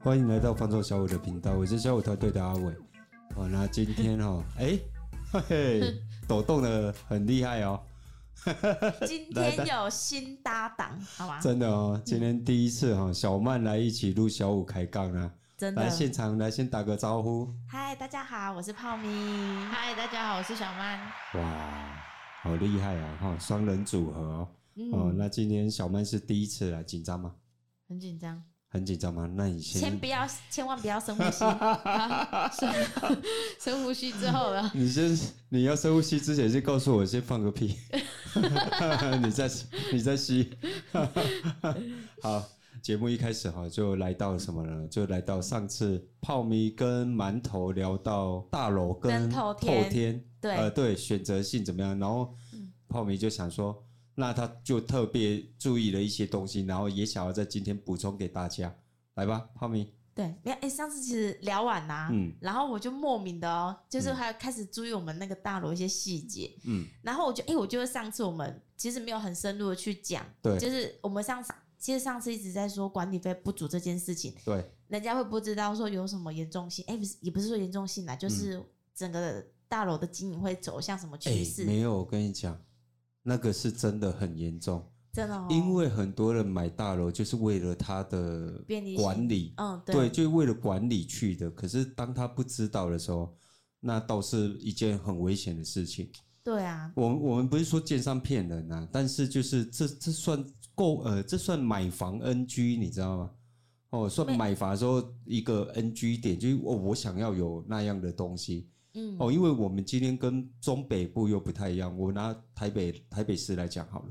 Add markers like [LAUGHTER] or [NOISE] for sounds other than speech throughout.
欢迎来到放纵小五的频道，我是小五团队的阿伟。哦，那今天哦， [LAUGHS] 哎、嘿嘿，抖动的很厉害哦，今来天有新搭档，好吗？真的嗯哦，今天第一次哈、哦，小曼来一起录小五开杠啦、真的来，现场来先打个招呼。嗨，大家好，我是泡咪。嗨，大家好，我是小曼。哇，好厉害啊！哈、双人组合哦。哦，嗯，那今天小曼是第一次来，紧张吗？很紧张，很紧张吗？那你先先不，要，千万不要深呼 [LAUGHS]，吸。深呼吸之后了你先，你要深呼吸之前先告诉我，先放个屁，你再你再吸。 [LAUGHS] 好，节目一开始哈，就来到什么呢？就来到上次泡米跟馒头聊到大楼跟跟透天，天 [LAUGHS] 对呃对，选择性怎么样？然后泡米就想说。那他就特别注意了一些东西，然后也想要在今天补充给大家。来吧，泡米，对，没有。哎、上次其实聊完啦、嗯然后我就莫名的哦，就是还开始注意我们那个大楼一些细节。嗯，然后我就，哎、我觉得上次我们其实没有很深入的去讲，对就是我们上次其实上次一直在说管理费不足这件事情，对，人家会不知道说有什么严重性，哎、不是也不是说严重性啦，嗯就是整个大楼的经营会走向什么趋势、哎没有，我跟你讲，那个是真的很严重，真的、哦，因为很多人买大楼就是为了它的便利性管理，嗯对，就是为了管理去的。可是当他不知道的时候，那倒是一件很危险的事情。对啊，我们我们不是说奸商骗人啊，但是就是这这算购呃，这算买房 NG，你知道吗？哦，算没买房的时候一个 NG 点，就是哦，我想要有那样的东西，嗯，哦，因为我们今天跟中北部又不太一样，我拿台北台北市来讲好了。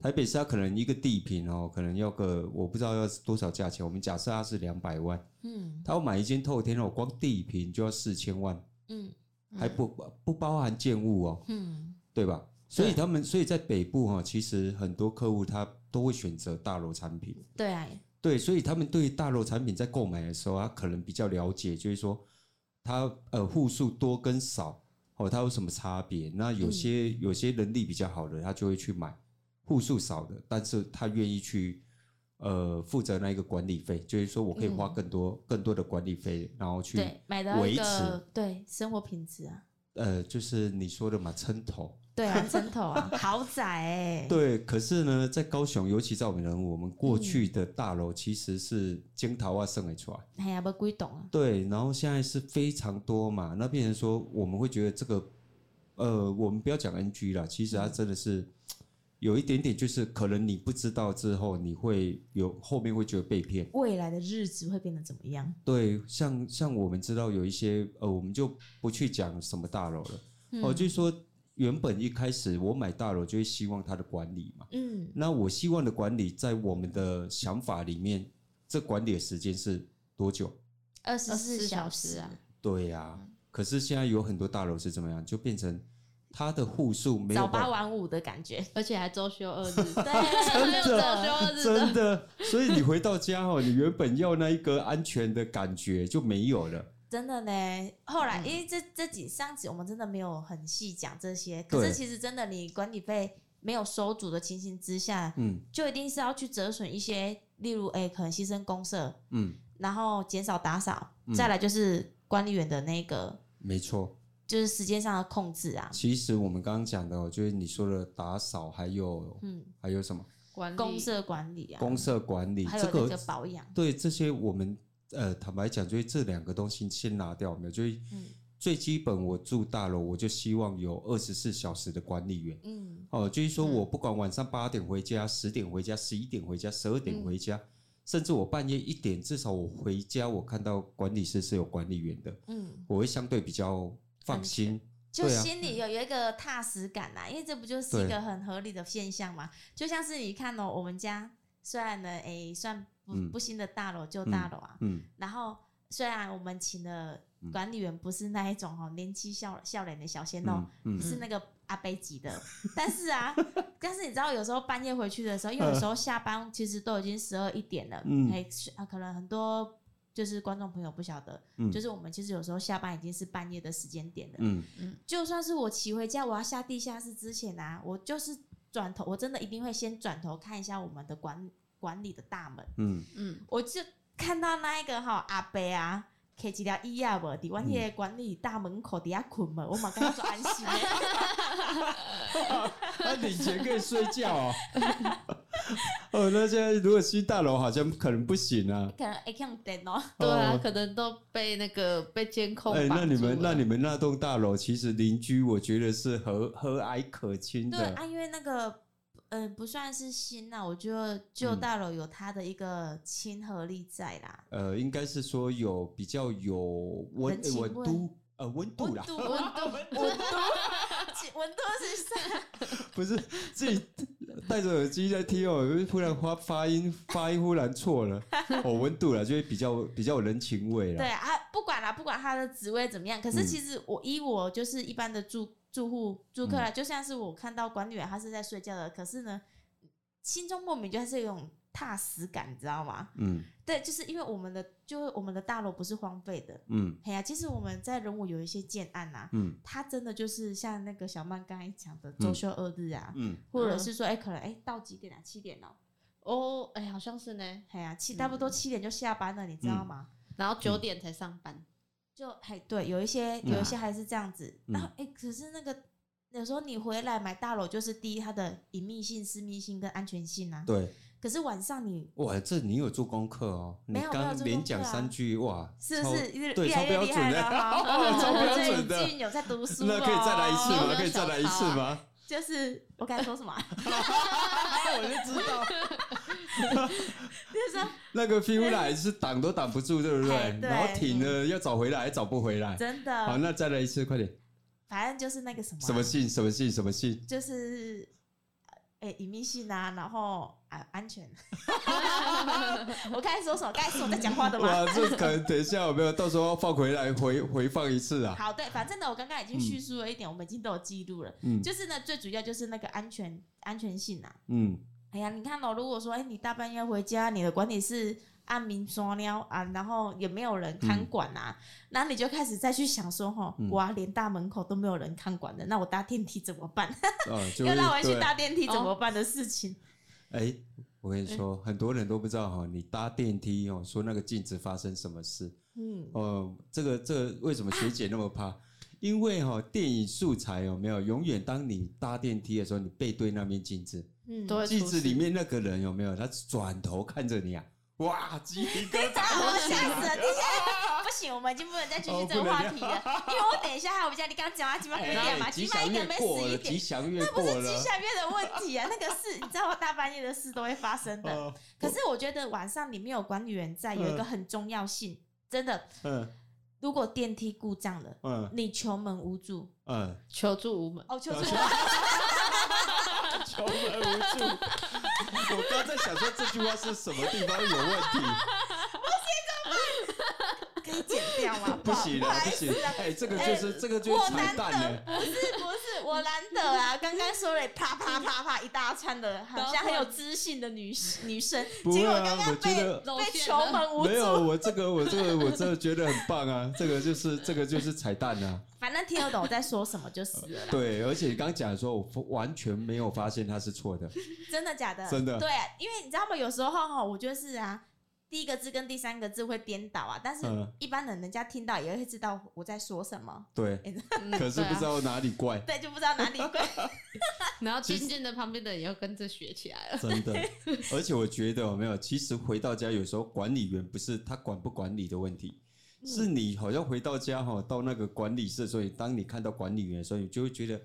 台北市它可能一个地坪哦，可能要个我不知道要多少价钱。我们假设它是两百万，嗯他要买一间透天哦，光地坪就要四千万，嗯还不不包含建物哦，嗯，对吧？所以他们所以在北部哈、哦，其实很多客户他都会选择大楼产品。对啊，对，所以他们对于大楼产品在购买的时候，他可能比较了解，就是说它呃户数多跟少哦，它有什么差别？那有些、有些能力比较好的，他就会去买户数少的，但是他愿意去呃负责那一个管理费，就是说我可以花更多、更多的管理费，然后去对，买到一维个对生活品质啊，呃就是你说的嘛，撑头。对啊，城头 [LAUGHS] 啊，豪宅哎、对，可是呢，在高雄，尤其在我们人物，我们过去的大楼其实是金桃啊、圣美出来。哎呀，不归懂啊，对，然后现在是非常多嘛，那变成说我们会觉得这个，呃，我们不要讲 NG 啦，其实它真的是有一点点，就是可能你不知道之后，你会有后面会觉得被骗。未来的日子会变得怎么样？对，像像我们知道有一些，呃，我们就不去讲什么大楼了，嗯哦，就是说原本一开始我买大楼就会希望它的管理嘛，嗯，那我希望的管理在我们的想法里面，这管理的时间是多久？二十四24小小时时啊啊，对呀、可是现在有很多大楼是怎么样，就变成它的户数没有早八办晚五的感 [LAUGHS] 觉，而且还周休 [LAUGHS] 二日，对，还有真周休的，二日真的，的，所以你回到家哦，你原本要那一个安全的感觉就没有了。真的呢。后嗯来因为这这几上集我们真的没有很细讲这些，可对是其实真的你管理费没有收足的情形之下，嗯就一定是要去折损一些，例如哎、可能牺牲公社，嗯，然后减少打扫，嗯再来就是管理员的那个没错。就是时间上的控制啊，其实我们刚刚讲的哦，就是你说的打扫，还有嗯，还有什么管理公社管理啊，公社管理，还这有那个个保养，对这些我们呃坦白讲，就是这两个东西先拿掉没有？就是嗯最基本，我住大楼，我就希望有二十四小时的管理员。嗯哦，就是说我不管晚上八点回家、十点回家、十一点回家、十二嗯点回家，甚至我半夜一点，至少我回家，我看到管理室是有管理员的，嗯，我会相对比较放心。就对啊心里有有一个踏实感啦、因为这不就是一个很合理的现象嘛？就像是你看哦、我们家虽然呢，诶、算不嗯不新的大楼就大楼啊，嗯，然后虽然我们请的管理员不是那一种哦、年轻笑笑脸的小鲜肉，嗯，嗯是那个阿贝级的。 [LAUGHS] 但是啊，但是你知道，有时候半夜回去的时候，因为有时候下班其实都已经十二一点了，嗯哎、是啊，可能很多就是观众朋友不晓得，嗯就是我们其实有时候下班已经是半夜的时间点了。嗯，就算是我骑回家，我要下地下室之前啊，我就是转头，我真的一定会先转头看一下我们的管管理的大门， [LAUGHS] 嗯，嗯，我就。看到那一个哈阿伯啊，摕一条椅啊无，伫阮迄个管理大门口底下困无，我嘛感觉说安心的。他领钱可以睡觉哦。 [LAUGHS] 哦，那现在如果新大楼好像可能不行啊。可能会用电哦，对啊哦，可能都被那个被监控哎、绑那你们住了那你们那栋大楼，其实邻居我觉得是和和蔼可亲对的。啊，因为那个嗯不算是新啦，我觉得旧嗯大楼有它的一个亲和力在啦，呃，应该是说有比较有温人情温味度呃温度啦，温度温度温度是啥？ [LAUGHS] 不是自 [LAUGHS] 己戴着耳机在听哦，忽然发发音发音忽然错 [LAUGHS] 了，哦温度啦，就会比较比较有人情味对啦。啊，不管啦，不管他的职位怎么样，可是嗯其实我以我就是一般的住住户住客啦，就像是我看到管理员他是在睡觉的，可是呢，心中莫名就是有一种踏实感，你知道吗？嗯对，就是因为我们的就是我们的大楼不是荒废的，嗯哎呀、其实我们在人武有一些建案呐、啊，嗯它真的就是像那个小曼刚才讲的周休二日啊，嗯，或者是说哎、可能哎、到几点啊？七点哦，哦，哎，好像是呢。哎呀、七差不多七点就下班了，你知道吗？然后九点才上班，就还对，有一些嗯有一些还是这样子。嗯然后哎、可是那个有时候你回来买大楼，就是第一它的隐秘性、私密性跟安全性啊。对，可是晚上你哇，这你有做功课哦，你没有没有刚做功连课讲啊三句哇，是不超是越对越超来越标厉害准 [LAUGHS] 了？的，哦哈超标最准的近有 [LAUGHS] 在读书，那可以再来一次哦吗？可以再来一次吗？就是我刚才说什么啊？我就知道。就是 [LAUGHS] 说那个 f e e 来是挡都挡不住，对不哎对？对然后停了要找回来，还找不回来。真好，的，那再来一次，快点！反正就是那个什么啊什么信？什么信？什么信？就是呃，隐秘性啊，然后啊，[LAUGHS] 安全。我刚才说什么？刚才是我在讲话的吗？哇，这可能等一下有没有？到时候放回来回回放一次啊。好，对，反正呢，我刚刚已经叙述了一点，我们已经都有记录了。嗯就是呢，最主要就是那个安全安全性啊。 [LAUGHS] 嗯哎呀，你看哦，如果说哎、你大半夜回家，你的管理室按明刷了啊，然后也没有人看管啊，那、你就开始再去想说吼，嗯哇，连大门口都没有人看管的，那我搭电梯怎么办？啊，就 [LAUGHS] 又会让我去对。搭电梯怎么办的事情？哎，我跟你说，很多人都不知道哈，你搭电梯哦，说那个镜子发生什么事？嗯，哦，这个这个为什么学姐那么 [LAUGHS] 怕？因为哈、电影素材有没有？永远当你搭电梯的时候，你背对那面镜子，嗯，都会镜出子事里面那个人有没有？他转头看着你啊，哇，鸡皮疙瘩！啊！我吓死了！等一下，不行，我们已经不能再继续这个话题 [LAUGHS] 了，因为我等一下还有比较，你刚刚讲到金马一点嘛，哎吉金马祥一月点没过死一了，点吉，祥月那不过是吉了。祥月的问题啊，那个 [LAUGHS] 是你知道，大半夜的事都会发生的。哦可是我觉得晚上你没有管理员在，有一个很重要性，真的，嗯如果电梯故障了，嗯你求门无助， [LAUGHS] 嗯，求助无门。哦，求助求助求门无助。我刚在想说这句话是什么地方有问 [LAUGHS] 题， [LAUGHS] 可以剪掉吗？ [LAUGHS] 不行了，好不意行思啊，哎，这个就是这个就是我彩难蛋呢得。不是不是，我难得啊！刚刚说了啪啪啪啪一大串的，好像很有知性的女女生，不结会果啊刚我刚觉被得露被馅求了门无没有，助，我这个我这个我真的觉得很棒啊， [LAUGHS] 这个就是这个就是彩蛋啊。反正听得懂我在说什么就是了啦。对，而且你刚讲的时候，我完全没有发现它是错的。真的假的？真的对，啊因为你知道吗？有时候哈，我觉得是啊，第一个字跟第三个字会颠倒啊，但是嗯一般人人家听到也会知道我在说什么，对，嗯可是对啊不知道哪里 [LAUGHS] 怪，对，就不知道哪里怪。然后渐渐的，旁边的人也要跟着学起来了。真的。而且我觉得有没有，其实回到家有时候管理员不是他管不管理的问题，嗯是你好像回到家哈，到那个管理室的时候，当你看到管理员的时候，你就会觉得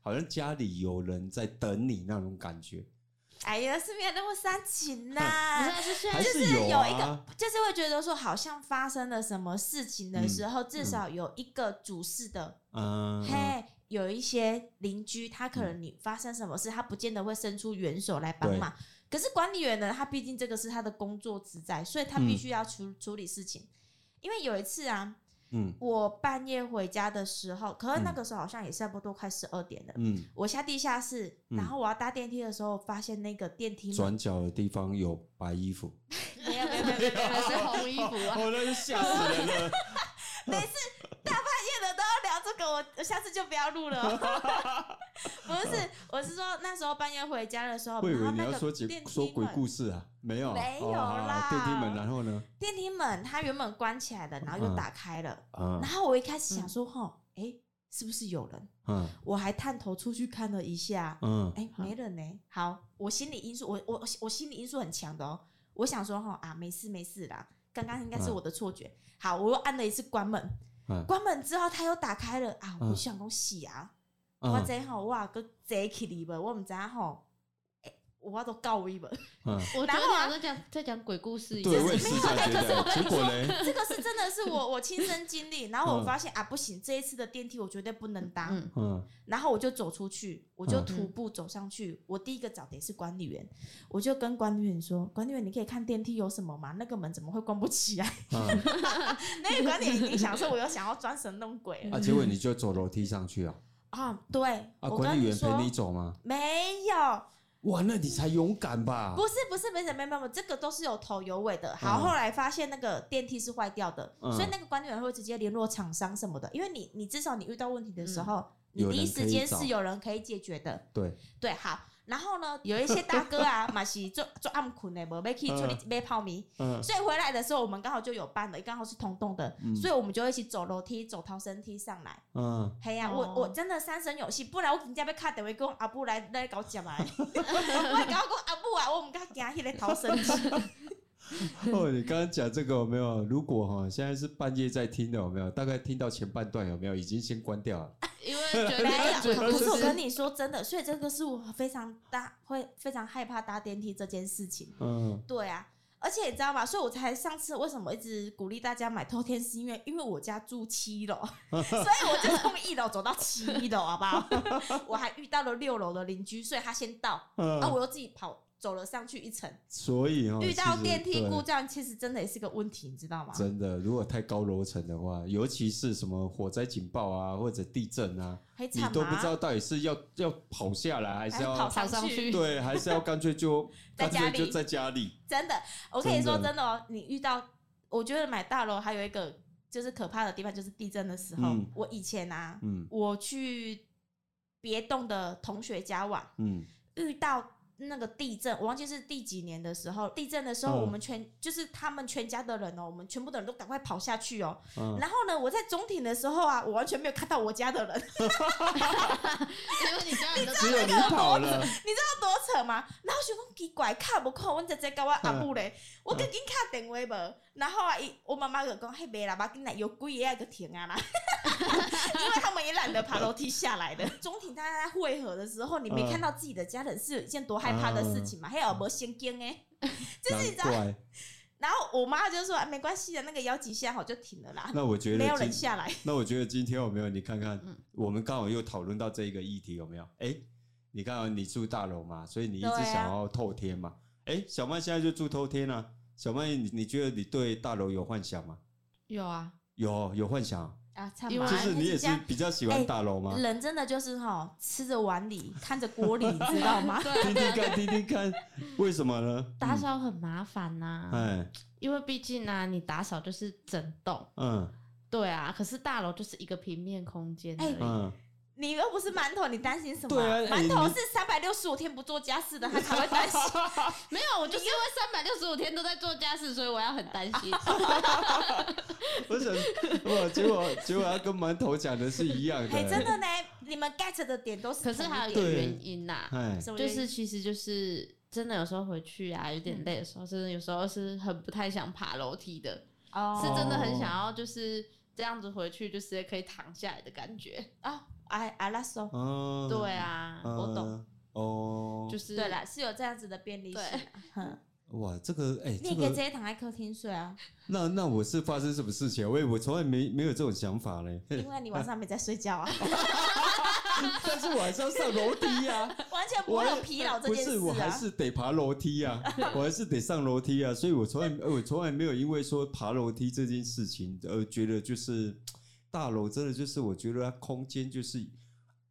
好像家里有人在等你那种感觉，哎呀，是没有那么煽情呐、不是，是现还在就是有一有个啊。 [LAUGHS] 就是会觉得说，好像发生了什么事情的时候，至少有一个主事的，嗯，嘿，有一些邻居，他可能你发生什么事，他不见得会伸出援手来帮忙。可是管理员呢，他毕竟这个是他的工作职责，所以他必须要处、处理事情。因为有一次啊，嗯我半夜回家的时候，可是那个时候好像也差不多快十二点了。嗯，我下地下室，嗯然后我要搭电梯的时候，发现那个电梯门转角的地方有白衣 [LAUGHS] 服，没有没有没有没有没有还是红衣服 [LAUGHS] [LAUGHS] 啊。哦，那就吓死人 [LAUGHS] 了。 [LAUGHS] 每次大半夜的都要聊这个，我我下次就不要录了哦。不是，我是说那时候半夜回家的时候，我以然后为你那要个说解电说梯鬼门，故事啊，没有，没有哦好啦电梯门，然后 [LAUGHS] 呢？电梯门它原本关起来的，然后又嗯打开了，嗯然后我一开始想说，吼，哎，是不是有人？嗯我还探头出去看了一下，嗯哎，没人呢、好，我心理因素，我我我心理因素很强的哦。我想说哈啊，没事没事啦，刚刚应该是我的错觉。好，我又按了一次关门，嗯关门之后它又打开了啊，嗯我想讲死啊，我嗯这吼哇个这起你吧，我唔知吼，哎、我都告伊吧。嗯，我觉然得后啊你在讲在讲鬼故事一对，样，我也是这样觉得。结果呢？ [LAUGHS] 这个是真的是我我亲身经历，然后我嗯发现啊不行，这一次的电梯我绝对不能搭，嗯，嗯然后我就走出去，我就嗯徒步走上去。我第一个找的也是管理员，我就跟管理员说：“管理员，你可以看电梯有什么吗？那个门怎么会关不起来 [LAUGHS] 嗯，？”那个管理员一定想说，我又想要装神弄鬼了啊，结果你就走楼梯上去啊？啊！对，啊，我管跟理你员陪说，你走吗？没有，哇，那你才勇敢吧？不是不是，没什么没有，这个都是有头有尾的。好，嗯后来发现那个电梯是坏掉的，嗯所以那个管理员会直接联络厂商什么的，因为你你至少你遇到问题的时候，你有第一人可时以间找是有人可以解决的。对，对，好。然后呢，有一些大哥啊，嘛是做做暗困的，无要去出去买泡面，嗯所以回来的时候，我们刚好就有班了，刚好是同栋的，嗯所以我们就一起走楼梯，走逃生梯上来。嗯，嘿呀、哦我我真的三生有幸，不然我人家被卡电话讲阿母来来搞接 [LAUGHS] 嘛，我会搞讲阿母啊，我唔敢行迄个逃生梯。哦，你刚刚讲这个有没有？如果哈、现在是半夜在听的有没有？大概听到前半段有没有？已经先关掉了。因为 [LAUGHS] 觉没 [LAUGHS] 得有，可是我跟你你说真的，所以这个是我非常大会非常害怕搭电梯这件事情。嗯对啊，而且你知道吗？所以我才上次为什么一直鼓励大家买透天，是因为因为我家住七楼，所以我就从一楼走到七楼，好不好？我还遇到了六楼的邻居，所以他先到，嗯、啊，我又自己跑走了上去一层，所以哦，遇到其实电梯故对障，其实真的也是个问题，你知道吗？真的，如果太高楼层的话，尤其是什么火灾警报啊，或者地震啊，很你惨都不知道吗？到底是要要跑下来，还还是是跑要跑上上去，去，对，还是要干脆就 [LAUGHS] 在干家脆里就在家里。真的，我跟你说真的真的哦，你遇到，我觉得买大楼还有一个就是可怕的地方，就是地震的时候，嗯我以前啊，嗯我去别栋的同学家玩，嗯遇到那个地震，我忘记是第几年的时候，地震的时候，嗯我们全就是他们全家的人哦，我们全部的人都赶快跑下去哦。嗯，然后呢，我在中庭的时候啊，我完全没有看到我家的人，因为你家人都只有你跑了，多扯吗？然后想讲奇怪，看不看我直接跟我阿母嗯嘞，我赶紧敲电话无，然后啊，伊我妈妈就讲，嘿没啦，把紧来有鬼也个停 [LAUGHS] 啊啦，因为他们也懒得爬楼梯下来的。中庭大家在汇合的时候，你没嗯看到自己的家人是一件多害怕的事情嘛？还有没先惊 [LAUGHS] 哎，就是你知难道，怪。然后我妈就说、啊、没关系的，那个摇几下好就停了啦，那我觉没有得人今，下来。那我觉得今天有没有？你看看嗯，我们刚好又讨论到这一个议题，有没有？哎，你刚好你住大楼嘛，所以你一对直啊想要透天嘛。哎，小曼现在就住透天啊。小曼，你你觉得你对大楼有幻想吗？有啊，有有幻想，啊，唱因为嘛，就是你也是这样比较喜哎欢大楼吗？人真的就是哈，吃着碗里看着锅里，你知道 [LAUGHS] 吗？听听看，听听看，为什么呢？啊打扫很麻烦呐、哎，因为毕竟呢、你打扫就是整栋，嗯对啊，可是大楼就是一个平面空间而哎已，嗯，你又不是馒头，你担心什么、对啊哎馒头是三百六十五天不做家事的，他才会 [LAUGHS] 担心。没有，我就是因为三百六十五天都在做家事，所以我要很担心。我想，哇，结果结果他跟馒头讲的是一样的，哎，真的呢，你们 get 的点都是同 [LAUGHS] 可一是点。还有一对个原因呐、哎，什么就原因是其实就是真的有时候回去啊，有点累的时候，真的有时候是很不太想爬楼梯的，哦，是真的很想要就是这样子回去，就是可以躺下来的感觉。啊，哎阿拉索，嗯，对啊，嗯，我懂，哦，就是对啦，是有这样子的便利性啊。哼哇，这个哎，这你也可以直个，接躺在客厅睡 [LAUGHS] 啊，那那我是发生什么事情？啊我也我从来没没有这种想法嘞， [LAUGHS] 因为你晚上没在 [LAUGHS] 睡觉啊，但是晚上上楼梯呀。完全不我会还有疲劳 [LAUGHS] 这不件是，我事还啊。是得爬楼梯 [LAUGHS] 啊，我还是得上楼梯啊，所以我从来呃我从来没有因为说爬楼梯这件事情而觉得就是大楼真的就是我觉得它空间就是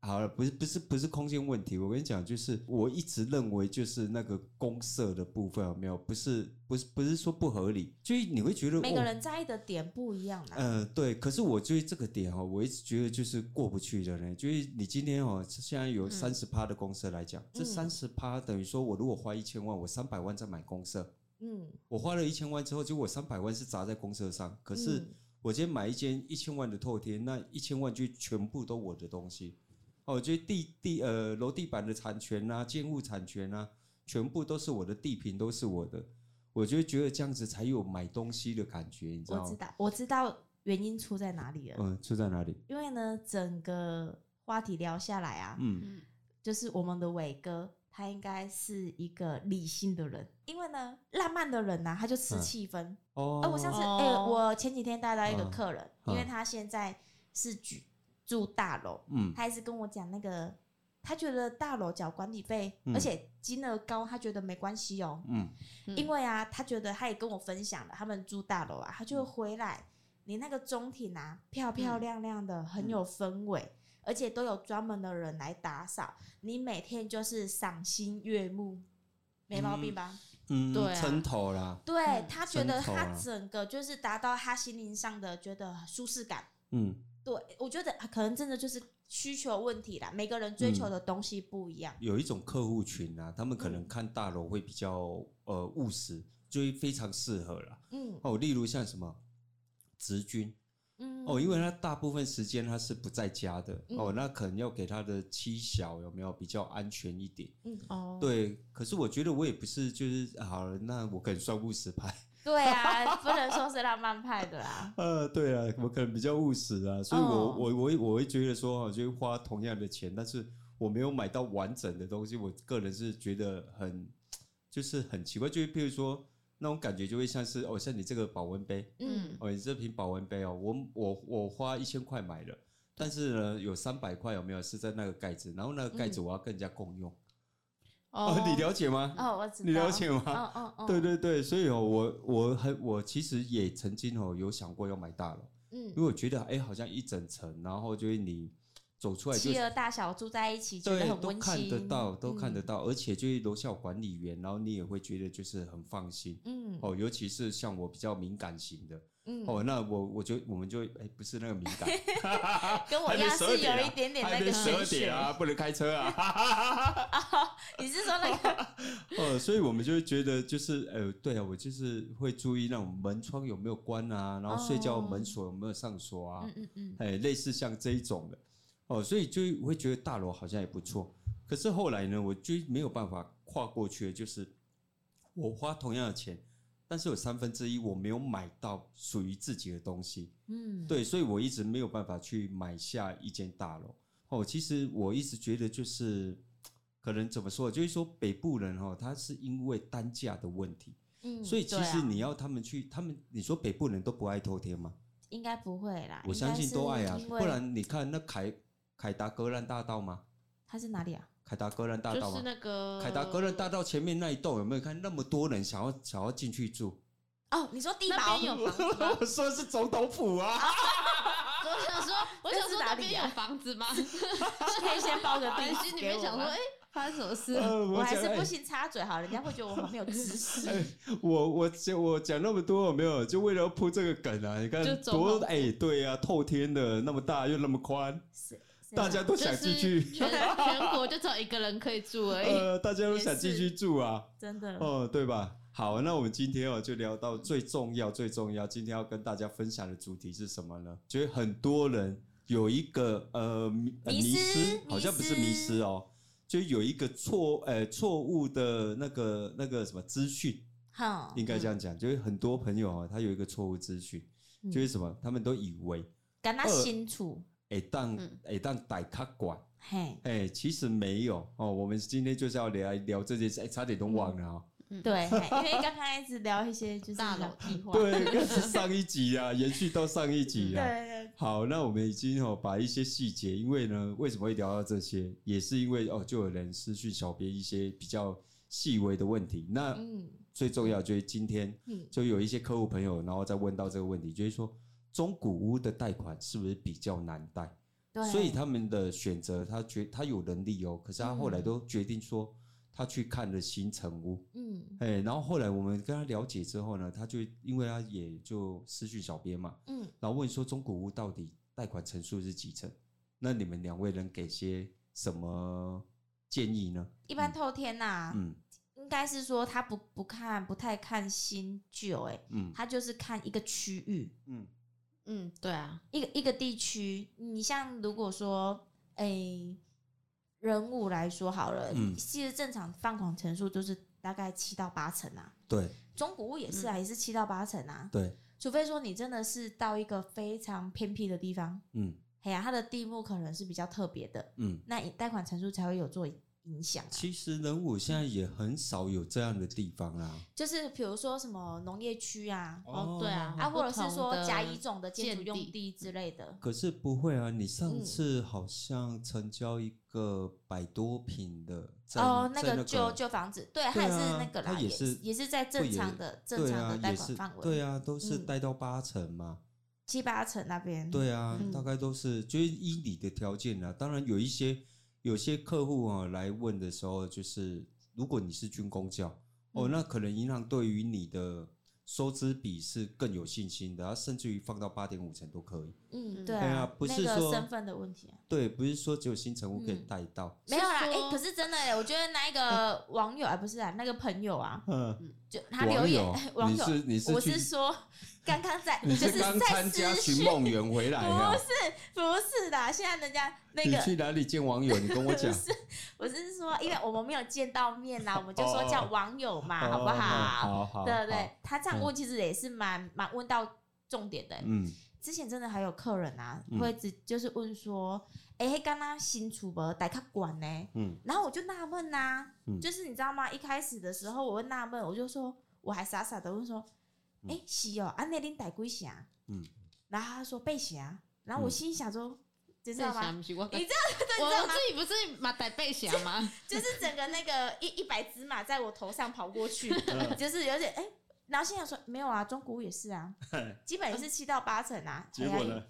好了，不是不是不是空间问题，我跟你讲，就是我一直认为就是那个公社的部分有没有，不是不是不是说不合理，就是你会觉得每个哦人在意的点不一样啊啦。呃，对，可是我对这个点哦，我一直觉得就是过不去的呢。就是你今天哦，现在有三十趴的公社来讲，这嗯三十趴等于说我如果花一千万，我三百万在买公社，嗯，我花了一千万之后，结果三百万是砸在公社上，可是嗯我今天买一间一千万的透天，那一千万就全部都我的东西。哦，就是地地呃楼地板的产权啊，建物产权啊，全部都是我的，地坪都是我的。我就觉得这样子才有买东西的感觉，你知道我吗知？道，我知道原因出在哪里了。嗯，出在哪里？因为呢，整个话题聊下来啊，嗯，嗯就是我们的伟哥，他应该是一个理性的人，因为呢，浪漫的人呐、他就吃嗯气氛。哦，哎、我上次哎、哦我前几天带到一个嗯客人，嗯因为他现在是住住大楼，嗯他一直跟我讲那个，他觉得大楼缴管理费，嗯而且金额高，他觉得没关系哦，嗯嗯因为啊，他觉得他也跟我分享了，他们住大楼啊，他就会回来，你那个中庭啊，漂漂亮亮的，很有氛围。而且都有专门的人来打扫，你每天就是赏心悦目，没毛病吧？嗯，对啊撑头啦，对嗯他觉得伸手他啊整个就是达到他心灵上的觉得舒适感。嗯，对我觉得啊可能真的就是需求问题啦，每个人追求的东西不一样。有一种客户群啊，他们可能嗯看大楼会比较呃务实，就会非常适合啦。嗯哦，例如像什么职军嗯哦，因为他大部分时间他是不在家的嗯哦，那可能要给他的妻小有没有比较安全一点？嗯哦，对，可是我觉得我也不是就是好了，那我可能算务实派。对啊，不能说是浪漫派的啦。 [LAUGHS] 呃，对啊，我可能比较务实啊，所以我、哦我我会我会觉得说，我就花同样的钱，但是我没有买到完整的东西，我个人是觉得很就是很奇怪，就是譬如说那种感觉就会像是哦，像你这个保温杯，嗯哦，你这瓶保温杯哦，我我我花一千块买的，但是呢有三百块有没有是在那个盖子，然后那个盖子我要跟人家共用，哦， [LAUGHS] 你了解吗？嗯哦，我知道。你了解吗？嗯嗯嗯，对对对，所以哦，我我很我其实也曾经哦有想过要买大楼。因嗯，为我觉得哎、好像一整层，然后就是你走出来就妻儿大小住在一起，觉得对，很都温看馨，得到，都看得嗯。到，而且就是楼下有管理员，然后你也会觉得就是很放心。嗯哦，尤其是像我比较敏感型的，嗯，哦，那我我就我们就哎、不是那个敏感， [LAUGHS] 跟我还一没样是12点有啊一点点还那没个十二玄学点。啊，不能开车啊，你是说那 [LAUGHS] 个？哦，所以我们就会觉得就是呃，对啊，我就是会注意那种门窗有没有关啊，然后睡觉哦门锁有没有上锁啊，嗯嗯嗯，哎，类似像这一种的哦，所以就会觉得大楼好像也不错。可是后来呢，我就没有办法跨过去的，就是我花同样的钱，但是有三分之一我没有买到属于自己的东西，嗯，对，所以我一直没有办法去买下一间大楼。哦，其实我一直觉得就是可能怎么说，就是说北部人哦，他是因为单价的问题，嗯，所以其对实啊你要他们去，他们你说北部人都不爱偷天吗？应该不会啦，我应该相信是都爱啊，因不为然你看那凯凯达格兰大道吗？他是哪里啊？凯达格兰大道就是吗？那个凯达格兰大道前面那一栋有没有看那么多人想要想要进去住？哦，你说地那堡 [LAUGHS] 边有房子吗？ [LAUGHS] 我说的是总统府哦啊， [LAUGHS] 我想说，我想那是说哪那里边啊有房子 [LAUGHS] 吗？可以先报个我地址心里给面我想说，吗哎，发生什么事了？呃我还讲是不哎行插嘴好了，人家会觉得我很没有知 [LAUGHS] 识。我我讲我讲那么多有没有？就为了要铺这个梗啊！你看就总多统哎，对啊，透天的那么大又那么宽，是啊是大 [LAUGHS] 吗家都想进去，全全国就只有一个人可以住而已。 [LAUGHS] 呃，大家都想进去住啊。真的，哦，对吧？好，那我们今天哦就聊到最重要、最重要，今天要跟大家分享的主题是什么呢？觉得很多人有一个呃迷呃迷迷失失迷，好像不是迷失失哦，就有一个错呃错误的那个那个什么资讯，哼，应该这样讲，就是很多朋友哦，他有一个错误资讯，就是什么，他们都以为跟他二清楚，哎当嗯哎当歹卡管。嘿，哎、其实没有哦，我们今天就是要来聊这件事，哎、差点都忘了哦。对，嘿因为刚刚一直聊一些就是大佬聊屁 [LAUGHS] 话，对，那是上一集啊，延续到上一集啊。对， [LAUGHS] 好，那我们已经哦把一些细节，因为呢，为什么会聊到这些，也是因为哦，就有人私讯小编一些比较细微的问题。那嗯最重要就是今天嗯就有一些客户朋友，然后再问到这个问题，就是说中古屋的贷款是不是比较难贷？对，所以他们的选择，他觉他有能力哦，可是他后来都决定说，他去看了新城屋，嗯哎，然后后来我们跟他了解之后呢，他就因为他也就失去小编嘛，嗯，然后问说中古屋到底贷款成数是几成？那你们两位能给些什么建议呢？一般透天呐、嗯应该是说他不不看不太看新旧，哎，嗯他就是看一个区域，嗯嗯，对啊，一个一个地区。你像如果说，哎、人物来说好了，嗯其实正常放款层数就是大概七到八成啊，对中古屋也嗯是啊，也是七到八成啊，对，除非说你真的是到一个非常偏僻的地方，嗯哎呀、它的地目可能是比较特别的，嗯。那你贷款层数才会有做影响、啊。其实人武现在也很少有这样的地方啦。就是比如说什么农业区啊，哦对啊啊，不或者是同说的甲乙种的建筑建用地地之类的，可是不会啊，你上嗯次好像成交一个百多平的，在哦，在那那个旧旧房子，对，它对也是啊那个啦，它也也是也是在正常的正对常的啊，贷也款是范围，对啊，都是嗯贷到八成嘛，七八成那边，对啊，嗯大概都是就是依你的条件啊。当然有一些有些客户啊来问的时候，就是如果你是军工教、哦，嗯那可能银行对于你的收支比是更有信心的，它甚至于放到八点五成都可以。嗯，嗯对对啊啊，不是那个说身份的问题啊，对，不是说只有新城屋可以嗯贷到，没有啦，是说哎，可是真的欸，我觉得那个网友啊，不是啊，那个朋友啊，嗯，就他留言，哎网你友，是你我去是 [LAUGHS] 说刚刚在，你就是刚在参加私寻讯，梦园回来啊？不是的，现在人家那你个去哪里见网友？你跟我 [LAUGHS] 讲不。是，我是说，因为我们没有见到面啊 [LAUGHS] 啦，我们就说哦叫网友嘛，哦啊好不好？好好，对对好对，他这样问其实也是蛮蛮问到重点的欸。嗯之前真的还有客人啊嗯，会只就是问说，哎，刚刚新出不带卡管呢？嗯然后我就纳闷呐嗯，就是你知道吗？一开始的时候我会纳闷，我就说，我还傻傻的问说，嗯哎，是哦，啊那恁带几下？嗯，然后他说背侠，然后我嗯心里想说，你知这道吗？侠不是我，你知道道我吗自己不是马代贝侠吗？ [LAUGHS] 就是整个那个一 [LAUGHS] 一百只马在我头上跑 [LAUGHS] 过去，嗯就是有点哎、然后现在说没有啊，中古也是 [LAUGHS] 啊，基本也是七到八成啊。 [LAUGHS] 结果哎呀呢？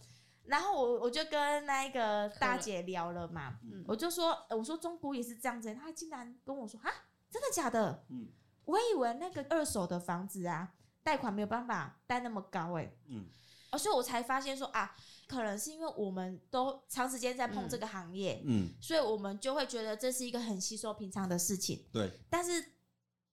然后我我就跟那一个大姐聊了嘛，嗯我就说呃我说中古也是这样子，她竟然跟我说啊，真的假的？嗯我以为那个二手的房子啊，贷款没有办法贷那么高哎、嗯哦，所以我才发现说啊，可能是因为我们都长时间在碰嗯这个行业，嗯，所以我们就会觉得这是一个很稀松平常的事情。对，但是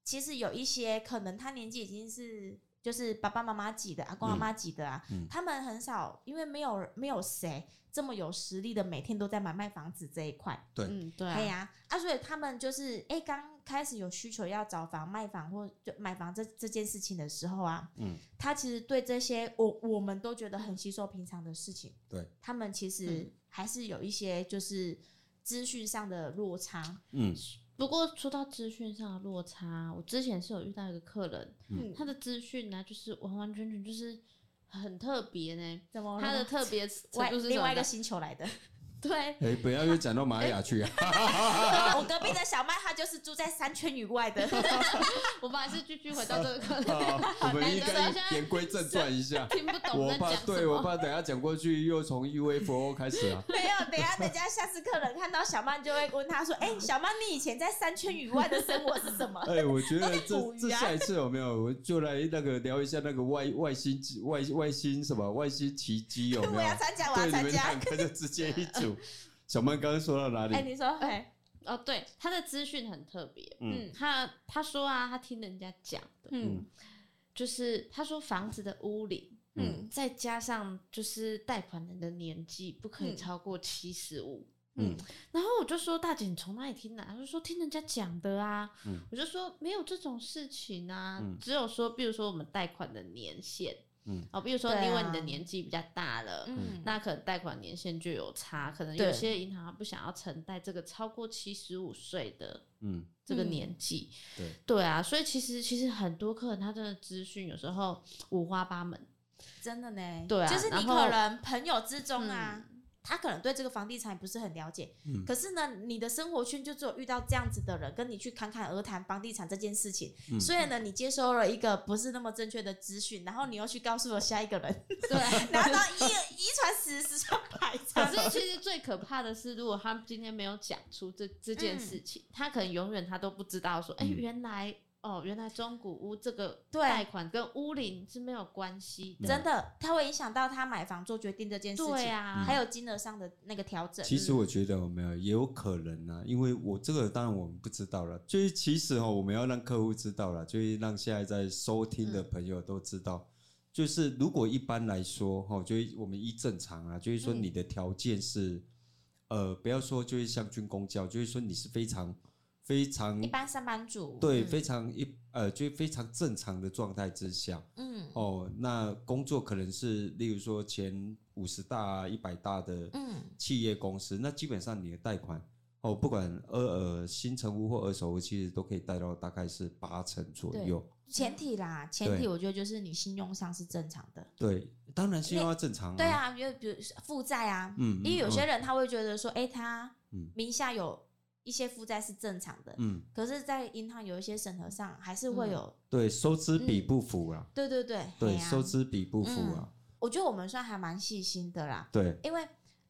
其实有一些可能他年纪已经是就是爸爸妈妈级的、阿嗯公阿妈级的啊，嗯他们很少，因为没有没有谁这么有实力的，每天都在买卖房子这一块。对嗯，对哎啊，呀、啊，所以他们就是哎，刚、开始有需求要找房、卖房或就买房这这件事情的时候啊，嗯他其实对这些我我们都觉得很稀松平常的事情，对他们其实嗯还是有一些就是资讯上的落差。嗯不过说到资讯上的落差，我之前是有遇到一个客人，嗯他的资讯呢，就是完完全全就是很特别呢。怎么了他的特别程外度是哦另外一个什么呢星球来的？对，哎，不要又讲到玛雅去啊！ [LAUGHS] 我隔壁的小麦，他就是住在三圈以外 [LAUGHS] 的。我本来是继续回到这个哎 [LAUGHS] [LAUGHS] 客人，我们应该言归正传一下。听不懂我在怕，讲什哦对我么。怕，等下讲过去又从 UFO 开始啊。没有，等一下等一下，下次客人看到小曼就会问他说：“哎、小曼，你以前在三圈以外的生活是 [LAUGHS] 什么哎，我觉得都在捕这这鱼啊下一次有没有，我就来那个聊一下那个外外星外外星什么外星奇迹？”有 [LAUGHS] 我没有要？参加，我对，要你参们加。两个就直接一 [LAUGHS] 组。小曼刚刚说到哪里哎、？你说，哎、哦，对，他的资讯很特别。嗯嗯他他说啊，他听人家讲的，嗯就是他说房子的屋龄，嗯嗯再加上就是贷款人的年纪不可以嗯超过七十五。嗯然后我就说大姐，你从哪里听的、啊？她就说听人家讲的啊。嗯我就说没有这种事情啊，嗯只有说，比如说我们贷款的年限，嗯哦，比如说对啊因为你的年纪比较大了。嗯，那可能贷款年限就有差，可能对有些银行它不想要承贷这个超过七十五岁的嗯这个嗯年纪。对啊，所以其实其实很多客人他真的资讯有时候五花八门。真的呢，对啊就是你然后可能朋友之中啊，嗯他可能对这个房地产不是很了解，可是呢，你的生活圈就只有遇到这样子的人，跟你去侃侃而谈房地产这件事情，所以呢，你接收了一个不是那么正确的资讯，然后你又去告诉了下一个人， [LAUGHS] 对。然后到一一传十，十传百，这 [LAUGHS] 可样是其实最可怕的是，如果他今天没有讲出这这件嗯事情，他可能永远他都不知道说，哎、嗯原来哦，原来中古屋这个对贷款跟屋龄是没有关系嗯的。真的，它会影响到他买房做决定这件事情，对啊，还有金额上的那个调整。嗯其实我觉得我没有，也有可能啊，因为我这个当然我们不知道了，就是其实哦哈、我们要让客户知道了，就是让现在在收听嗯的朋友都知道，就是如果一般来说哈、就是我们一正常啊，就是说嗯你的条件是，呃，不要说就是像军工教，就是说你是非常非常嗯一般上班族对嗯非常一呃，就非常正常的状态之下，嗯哦，那工作可能是例如说前五十大啊、一百大的嗯企业公司，那基本上你的贷款哦，不管二呃新成屋或二手屋，其实都可以贷到大概是八成左右。前提啦，前提对我觉得就是你信用上是正常的。对，当然信用要正常、啊。对，啊，因为比如负债啊，嗯，因为有些人，人他会觉得说，哎、他嗯名下有一些负债是正常的，嗯，可是，在银行有一些审核上还是会嗯有，对，收支比嗯不符啦，对对对，对，嘿啊嗯收支比不符啊，我觉得我们算还蛮细心的啦，对，因为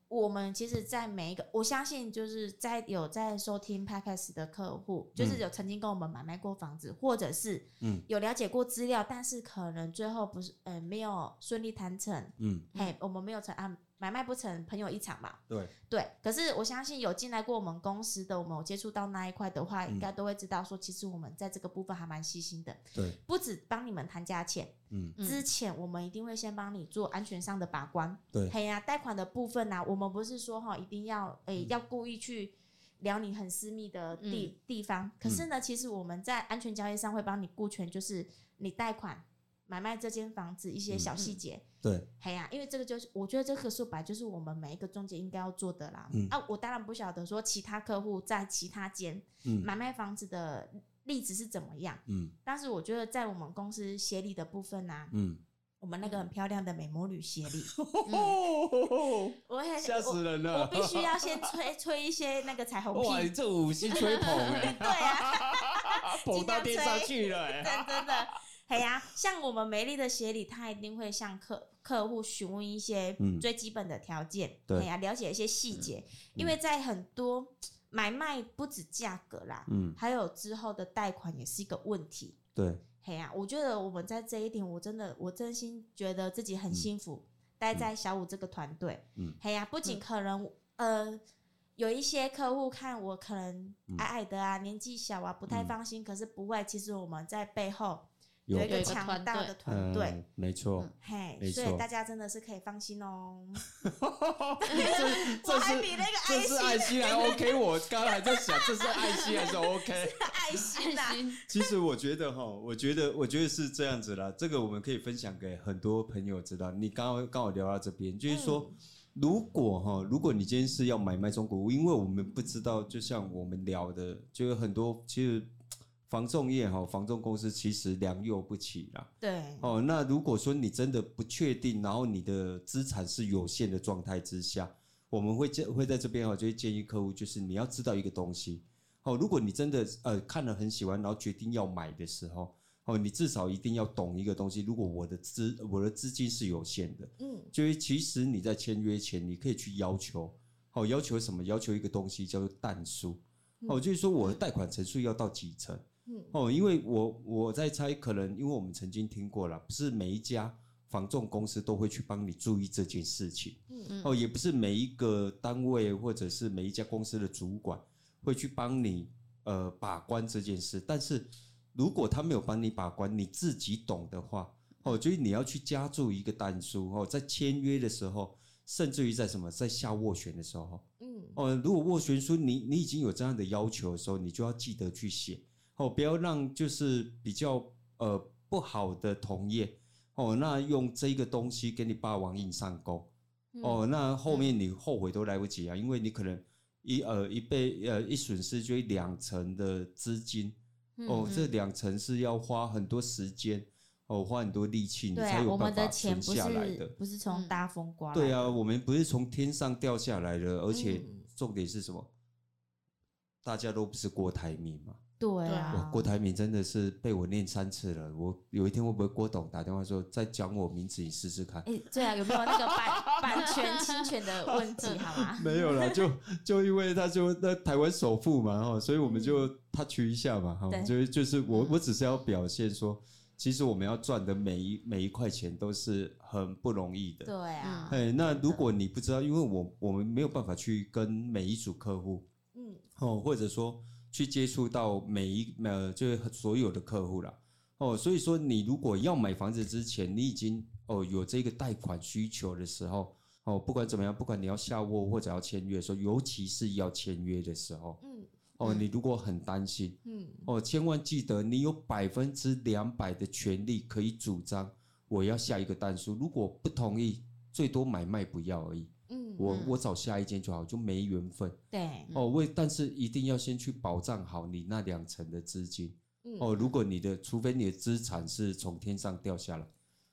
我们其实，在每一个，我相信就是在有在收听 podcast 的客户，就是嗯有曾经跟我们买卖过房子，或者是嗯有了解过资料，但是可能最后不是，呃，没有顺利谈成，嗯，嘿，我们没有成啊，买卖不成，朋友一场嘛，对，对，可是我相信有进来过我们公司的，我们有接触到那一块的话，嗯应该都会知道说，其实我们在这个部分还蛮细心的，对，不止帮你们谈价钱，嗯，嗯之前我们一定会先帮你做安全上的把关。对嘿呀、贷款的部分啊呢、我们不是说哈一定要诶、嗯要故意去聊你很私密的地、地嗯方，可是呢，其实我们在安全交易上会帮你顾全，就是你贷款买卖这间房子一些小嗯细节。对，嘿呀、因为这个就是，我觉得这个说白就是我们每一个中介应该要做的啦。嗯啊，我当然不晓得说其他客户在其他间嗯买卖房子的例子是怎么样，嗯但是我觉得在我们公司协理的部分呢、啊嗯，我们那个很漂亮的美魔女协力，哦， [LAUGHS] 我 [LAUGHS] 也吓死人我！我了！必须要先吹吹一些那个彩虹哇，你屁，这五星吹捧哎， [LAUGHS] 对啊， [LAUGHS] 捧到天上去了真哎，的真的，哎呀、像我们美丽的协理，她一定会向客客户询问一些嗯最基本的条件，对嗯哎呀、了解一些细节，因为在很多买卖不止价格啦，嗯，还有之后的贷款也是一个问题。对，嘿呀、我觉得我们在这一点，我真的我真心觉得自己很幸福，待在小五这个团队。嗯，嘿呀、不仅可能、呃有一些客户看我可能嗯矮矮的啊，年纪小啊，不太嗯放心，可是不会，其实我们在背后有一个有一个强团大队的团队。嗯没错嗯，嘿，没所以错大家真的是可以放心哦。 [LAUGHS] 我这还是比那个这爱是心爱心还 OK，我刚才还在想这是爱心还是 OK。爱心啊啦、心 [LAUGHS] 其实我觉得哈，我觉得我觉得是这样子啦，这个我们可以分享给很多朋友知道。你刚刚刚好聊到这边，就是说，嗯如果哈，如果你今天是要买卖中国屋，因为我们不知道，就像我们聊的，就有很多其实房仲业哈，房仲公司其实良莠不齐啦。对，哦，那如果说你真的不确定，然后你的资产是有限的状态之下，我们会建会在这边哦，就会建议客户，就是你要知道一个东西。哦，如果你真的呃看了很喜欢，然后决定要买的时候，哦，你至少一定要懂一个东西。如果我的资我的资金是有限的，嗯，就是其实你在签约前，你可以去要求，哦，要求什么？要求一个东西叫做弹数，哦，就是说我的贷款成数要到几成，嗯哦，因为我我在猜，可能因为我们曾经听过了，不是每一家房仲公司都会去帮你注意这件事情，嗯哦，也不是每一个单位或者是每一家公司的主管会去帮你呃把关这件事，但是如果他没有帮你把关，你自己懂的话，哦，就是你要去加注一个单数哦，在签约的时候，甚至于在什么在下斡旋的时候，嗯哦，如果斡旋书你你已经有这样的要求的时候，你就要记得去写哦，不要让就是比较呃不好的同业哦，那用这个东西给你霸王硬上弓嗯嗯哦，那后面你后悔都来不及啊，因为你可能一呃一被呃一损失就会嗯哦嗯两成的资金哦，这两成是要花很多时间哦，花很多力气，你对才啊，有我办们法的存钱不下来的是。不是从嗯大风刮来的，对啊，我们不是从天上掉下来的，而且嗯重点是什么？大家都不是郭台铭嘛。对对哇啊，，郭台铭真的是被我念三次了。我有一天会不会郭董打电话说再讲我名字，你试试 [LAUGHS] 看？哎，对啊，有没有那个版版权侵权的问 [LAUGHS] 题？好吗？没有啦，就就因为他就那台湾首富嘛，哈，所以我们就 touch 一下嘛，哈，对就是就是我我只是要表现说，其实我们要赚的每一每一块钱都是很不容易的。对啊，哎，那真的如果你不知道，因为我我们没有办法去跟每一组客户，嗯，哦，或者说去接触到每一呃，就是所有的客户啦。哦，所以说你如果要买房子之前，你已经哦有这个贷款需求的时候，哦，不管怎么样，不管你要下卧或者要签约的时候，尤其是要签约的时候，嗯哦，你如果很担心，嗯哦，千万记得你有百分之两百的权利可以主张我要下一个单数，如果不同意，最多买卖不要而已，嗯，我嗯我找下一间就好，就没缘分。对，哦，为但是一定要先去保障好你那两成的资金。嗯哦，如果你的，除非你的资产是从天上掉下来，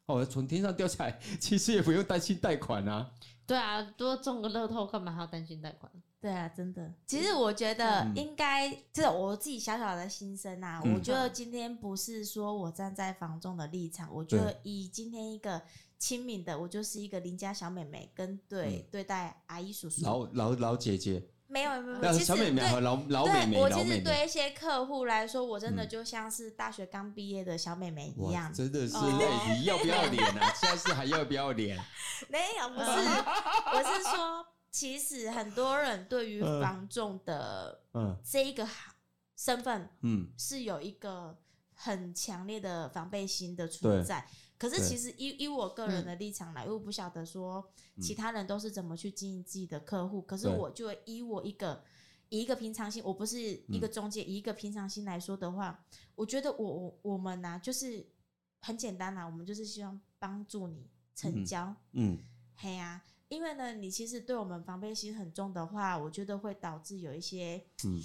哦，从天上掉下来， [LAUGHS] 其实也不用担心贷款啊。对啊，多中个乐透干嘛还要担心贷款？对啊，真的。其实我觉得嗯应该，这我自己小小的心声啊，嗯我觉得今天不是说我站在房仲的立场，我觉得以今天一个亲民的，我就是一个邻家小妹妹，跟对、对待阿姨叔叔，老老老姐姐，没有没有，没那有，嗯其小美实眉对和老老美眉，对我老美其实眉，对一些客户来说，我真的嗯就像是大学刚毕业的小妹妹一哇，样，真的是哦哎，你要不要脸 [LAUGHS] 啊？现在是还要不要脸？没有，不 [LAUGHS] 是，我是说，其实很多人对于嗯房仲的嗯这一个行身份嗯，是有一个很强烈的防备心的对存在。可是对嗯其实以以我个人的立场来，因为我不晓得说其他人都是怎么去经营自己的客户，可是对我就会以我一个。以一个平常心，我不是一嗯个中介，以一个平常心来说的话，我觉得我我我们呐、就是很简单啦、啊我们就是希望帮助你成嗯交，嗯嘿呀、因为呢，你其实对我们防备心很重的话，我觉得会导致有一些，嗯，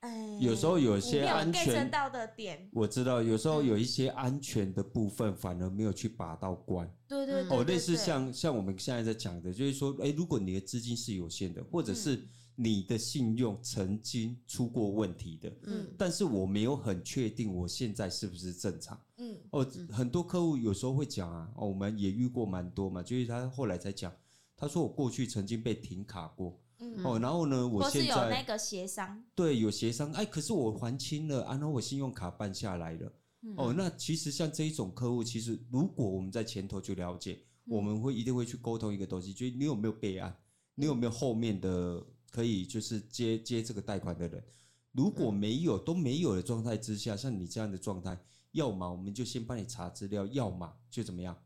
哎，有时候有有些安 get 全，到的点，我知道，有时候有一些安全的部分反而没有去把到关。对对嗯对哦，对类似对像像我们现在在讲的，就是说，哎，如果你的资金是有限的，或者是嗯你的信用曾经出过问题的，嗯但是我没有很确定我现在是不是正常。嗯哦嗯，很多客户有时候会讲啊，哦，我们也遇过蛮多嘛，就是他后来才讲，他说我过去曾经被停卡过，嗯，哦，然后呢，我或是现有那在个协商，对有协商，哎，可是我还清了，啊，然后我信用卡办下来了。嗯哦，那其实像这一种客户，其实如果我们在前头就了解，我们会一定会去沟通一个东西，就是你有没有备案，你有没有后面的可以就是接接这个贷款的人。如果没有都没有的状态之下，像你这样的状态，要么我们就先帮你查资料，要么就怎么样，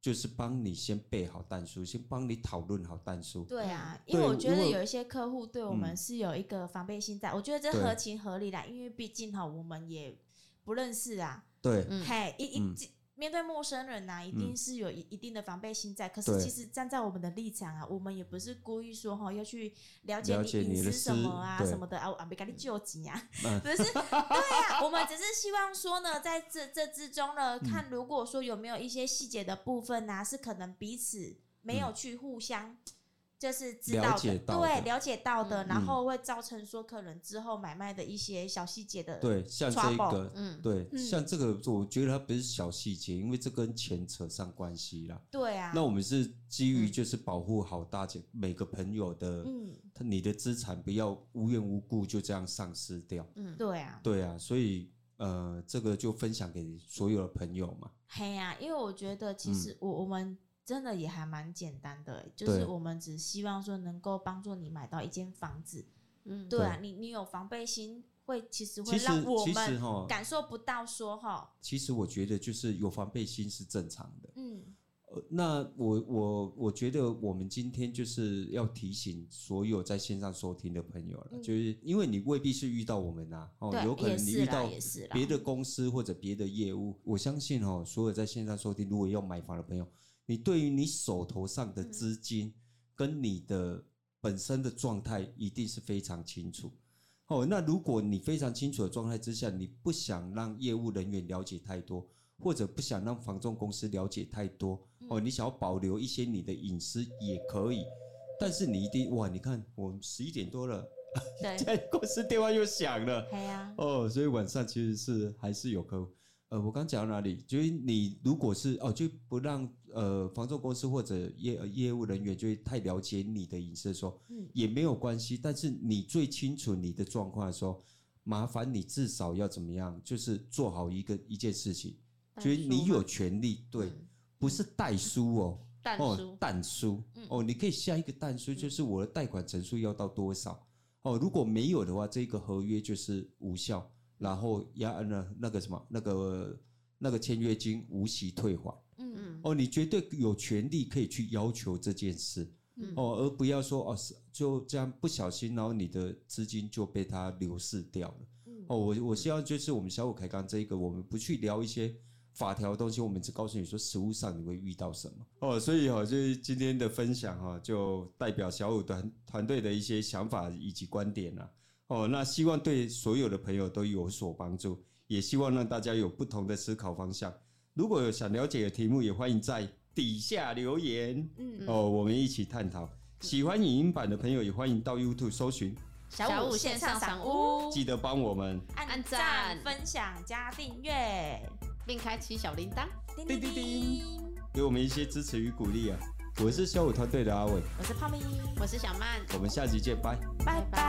就是帮你先备好单数，先帮你讨论好单数。对啊，嗯对因为我我觉得我有一些客户对我们嗯是有一个防备心在，我觉得这对合情合理啦，因为毕竟哈，我们也不认识啊，对，嗯嘿，一一嗯这面对陌生人啊呐、一定是有一一定的防备心在。可是对其实站在我们的立场啊，我们也不是故意说哈要去了解了你解隐你的私什私么啊对什么的啊，我啊没给你救急啊，嗯 [LAUGHS] 不是对啊，我们只是希望说呢，在这这之中呢，嗯看如果说有没有一些细节的部分啊，是可能彼此没有去互相。就是知嗯道了的，解到对，的了解到的，嗯然嗯后会造成说可能之后买卖的一些小细节的，对，像这一 Trouble 个，嗯，对，嗯像这个，我觉得它不是小细节，因为这跟钱扯上关系啦。对啊，那我们是基于嗯就是保护好大家每个朋友的，嗯，他你的资产不要无缘无故就这样丧失掉。嗯，对啊，对啊，所以呃，这个就分享给所有的朋友嘛。嘿呀、因为我觉得嗯其实我、我们真的也还蛮简单的欸，就对是我们只希望说能够帮助你买到一间房子。嗯，对啊，你你有防备心，会其实会其实让我其实们哈，感受不到说哈，其实我觉得就是有防备心是正常的。嗯呃，那我我我觉得我们今天就是要提醒所有在线上收听的朋友了，嗯就是因为你未必是遇到我们啊，哦，有可对，也能你是遇啦，到也是啦，别的公司或者别的业务，我相信哦，所有在线上收听，如果要买房的朋友，你对于你手头上嗯的资金跟你的本身的状态，一定是非常清楚。哦，那如果你非常清楚的状态之下，你不想让业务人员了解太多，或者不想让房仲公司了解太多嗯哦，你想要保留一些你的隐私也可以，但是你一定哇，你看我十一点多了，[LAUGHS] 对，现在公司电话又响了，嘿呀，哦，所以晚上其实是还是有客户。呃，我刚讲到哪里？就是你如果是哦，就不让呃房仲公司或者业呃业务人员就是太了解你的隐私的时候，嗯也没有关系。但是你最清楚你的状况的时候，麻烦你至少要怎么样？就是做好一个一件事情，就是你有权利对，嗯不是代书哦，蛋哦叔，，蛋书嗯哦，你可以下一个蛋书，就是我的贷款成数要到多少哦，如果没有的话，这个合约就是无效，然后压那那个什么那个那个签约金无息退还嗯嗯哦，你绝对有权利可以去要求这件事嗯哦，而不要说哦是就这样不小心，然后你的资金就被它流逝掉了。嗯，哦，我我希望就是我们小五开杠这一个，我们不去聊一些法条的东西，我们只告诉你说实物上你会遇到什么。哦，所以哦，就是今天的分享哈、就代表小五团团队的一些想法以及观点啦、哦，那希望对所有的朋友都有所帮助，也希望让大家有不同的思考方向。如果有想了解的题目，也欢迎在底下留言。嗯哦，我们一起探讨。喜欢影音版的朋友，也欢迎到 YouTube 搜寻，小五线上赏屋，记得帮我们。按按赞、赞分享加订阅，并开启小铃铛，叮叮叮叮叮，给我们一些支持与鼓励啊！我是小五团队的阿伟，我是泡咪，我是小曼，我们下集见，拜。拜拜拜。